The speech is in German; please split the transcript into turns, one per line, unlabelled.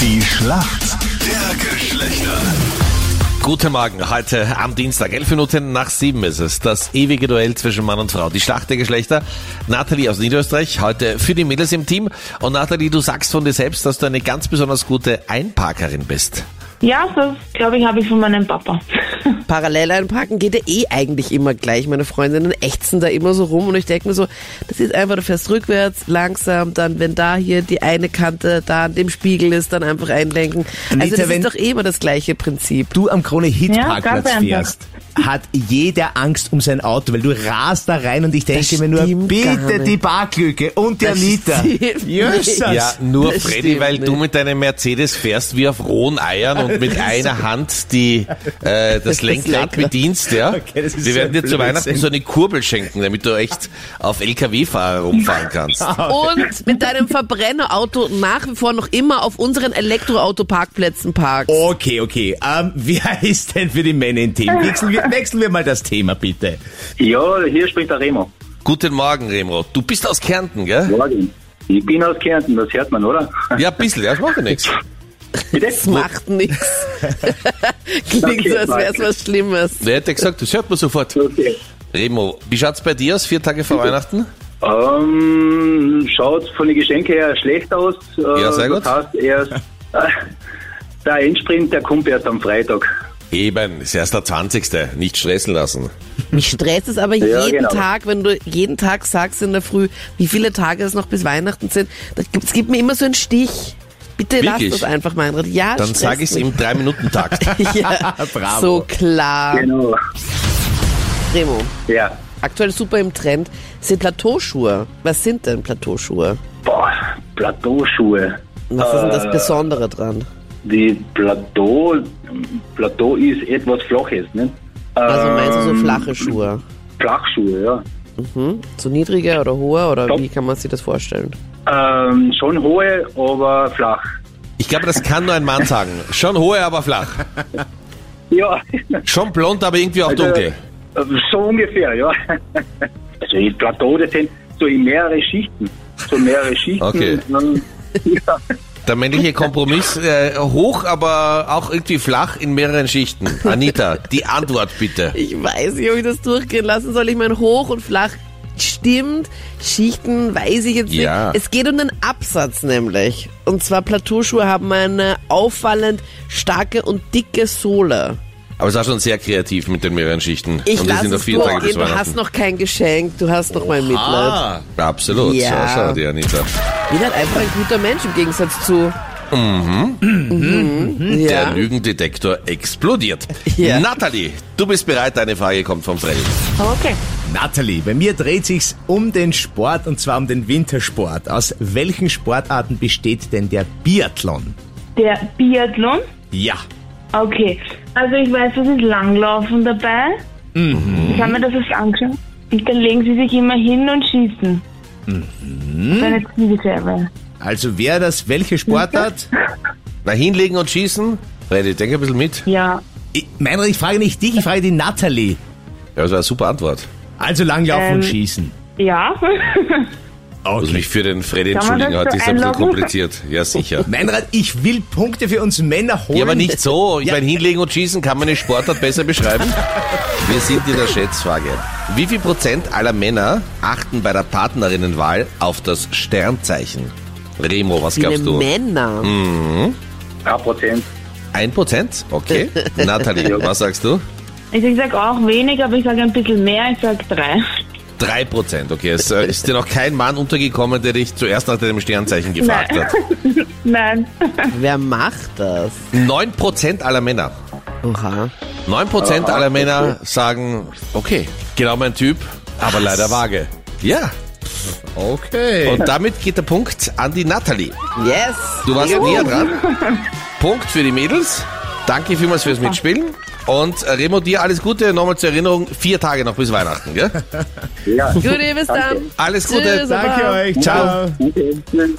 Die Schlacht der Geschlechter.
Guten Morgen, heute am Dienstag, elf Minuten nach sieben ist es, das ewige Duell zwischen Mann und Frau, die Schlacht der Geschlechter. Nathalie aus Niederösterreich, heute für die Mädels im Team. Und Nathalie, du sagst von dir selbst, dass du eine ganz besonders gute Einparkerin bist.
Ja, das glaube ich, habe ich von meinem Papa.
Parallel einparken geht ja eh eigentlich immer gleich. Meine Freundinnen ächzen da immer so rum und ich denke mir so, das ist einfach, du fährst rückwärts, langsam, dann wenn da hier die eine Kante da an dem Spiegel ist, dann einfach einlenken.
Anita,
also das
wenn-
ist doch eh immer das gleiche Prinzip.
du am Krone-Hit-Parkplatz
Ja, ganz
fährst, hat jeder Angst um sein Auto, weil du rast da rein und ich denke mir nur,
stimmt gar
bitte
nicht.
die Parklücke und der
Das
Liter.
stimmt
Jesus.
nicht.
Ja, nur
das
Freddy,
stimmt
weil du
nicht.
mit deinem Mercedes fährst wie auf rohen Eiern und mit einer Hand die, äh, das Lenkrad
Lenkrad.
bedienst, ja.
Okay, das ist
Wir
so
werden dir zu
Blödsinn.
Weihnachten so eine Kurbel schenken, damit du echt auf LKW-Fahrer rumfahren kannst.
Und mit deinem Verbrennerauto nach wie vor noch immer auf unseren Elektroauto-Parkplätzen parkst.
Okay, okay. Ähm, wer ist denn für die Männer im Team? Wechseln wir, wechseln wir mal das Thema bitte.
Ja, hier spricht der Remo.
Guten Morgen, Remro. Du bist aus Kärnten, gell?
Morgen. Ich bin aus Kärnten, das hört man, oder?
Ja, ein bisschen, ja, das macht ja nichts.
Bitte?
Das macht nichts. Klingt
Okay,
so, als wäre es
danke.
was Schlimmes.
Wer hätte gesagt, das hört man sofort.
Okay.
Remo, wie schaut's bei dir aus, vier Tage vor Weihnachten?
Ähm, schaut von den Geschenken her schlecht aus. Äh,
Ja, sehr gut.
Das heißt, erst, äh, der Endsprint, der kommt erst am Freitag.
Eben, ist erst der 20. Nicht stressen lassen.
Mich stresst es aber
Ja,
jeden
genau.
Tag, wenn du jeden Tag sagst in der Früh, wie viele Tage es noch bis Weihnachten sind. Das gibt, es gibt mir immer so einen Stich. Bitte
Wirklich?
lass das einfach, Meinrad. Ja,
Dann sage ich's im 3-Minuten-Takt.
ja,
Bravo.
So
Ah.
klar.
Genau.
Remo,
Ja.
aktuell super im Trend sind Plateauschuhe. Was sind denn Plateauschuhe?
Boah, Plateauschuhe.
Was ist denn
Äh,
das Besondere dran?
Die Plateau, Plateau ist etwas Flaches, ne?
Also meinst du so
Ähm,
flache Schuhe?
Flachschuhe, ja.
So niedriger oder hoher oder
Stopp.
wie kann man sich das vorstellen?
Ähm, schon hohe, aber flach.
Ich glaube, das kann nur ein Mann sagen. Schon hohe, aber flach.
Ja.
Schon blond, aber irgendwie auch dunkel.
Äh, So ungefähr, ja. Also die Plateau, das sind so in mehrere Schichten. So mehrere Schichten.
Okay.
Ähm, Ja,
Der männliche Kompromiss äh, hoch, aber auch irgendwie flach in mehreren Schichten. Anita, die Antwort bitte.
Ich weiß nicht, ob ich das durchgehen lassen soll. Ich meine, hoch und flach stimmt. Schichten weiß ich jetzt
Ja.
nicht. Es geht um den Absatz nämlich. Und zwar Plateauschuhe haben eine auffallend starke und dicke Sohle.
Aber es war schon sehr kreativ mit den mehreren Schichten.
Ich
Und es
lasse
sind noch
es
vier Tage bis
durchgehen. Du hast
Weihnachten.
noch kein Geschenk. Du hast noch mein Mitleid.
Ah,
Absolut.
Ja.
So, schau dir, Anita.
Bin halt einfach ein guter Mensch im Gegensatz zu... Mhm. Mhm.
Der
Ja.
Lügendetektor explodiert.
Ja.
Natalie, du bist bereit. Deine Frage kommt vom Freddy.
Okay.
Natalie, Äh, bei mir dreht sich's um den Sport und zwar um den Wintersport. Aus welchen Sportarten besteht denn der Biathlon?
Der Biathlon.
Ja.
Okay. Also ich weiß, das ist Langlaufen dabei. Ich habe mir das jetzt angeschaut. Und dann legen sie sich immer hin und schießen. Mhm. Seine Zielscheibe.
Also wer das, welche Sportart?
Na, hinlegen und schießen. Freddy, denk ein bisschen mit.
Ja.
Ich, Meinrad, ich frage nicht dich, ich frage die Natalie.
Ja, das war eine super Antwort.
Also langlaufen
Ähm,
und schießen.
Ja.
Muss mich für den Freddy
Kann man
entschuldigen,
das
heute
so
ist ein bisschen
einloggen?
kompliziert. Ja, sicher.
Meinrad, ich will Punkte für uns Männer holen.
Ja, aber nicht so. Ich
Ja.
meine, hinlegen und schießen kann man eine Sportart besser beschreiben. Wir sind in der Schätzfrage. Wie viel Prozent aller Männer achten bei der Partnerinnenwahl auf das Sternzeichen? Remo, was
Viele
glaubst du? Mhm.
Männer.
ein Prozent.
Ein Prozent? Okay. Nathalie, was sagst du?
Also ich sage auch wenig, aber ich sage ein bisschen mehr. Ich sage drei.
Drei Prozent. Okay, es äh, ist dir noch kein Mann untergekommen, der dich zuerst nach deinem Sternzeichen gefragt hat.
Nein.
Wer macht das?
Neun Prozent aller Männer.
Oha.
9% aller Männer sagen, okay, genau mein Typ, aber leider vage. Ja,
Okay.
und damit geht der Punkt an die Natalie.
Yes.
Du warst
Juhu.
näher dran. Punkt für die Mädels. Danke vielmals fürs Mitspielen. Und äh, Remo, dir alles Gute. Nochmal zur Erinnerung, vier Tage noch bis Weihnachten. Gell?
Ja.
Gut, ihr wisst dann.
Alles Gute.
Tschüss, Baba.
Danke euch. Ciao.
Okay.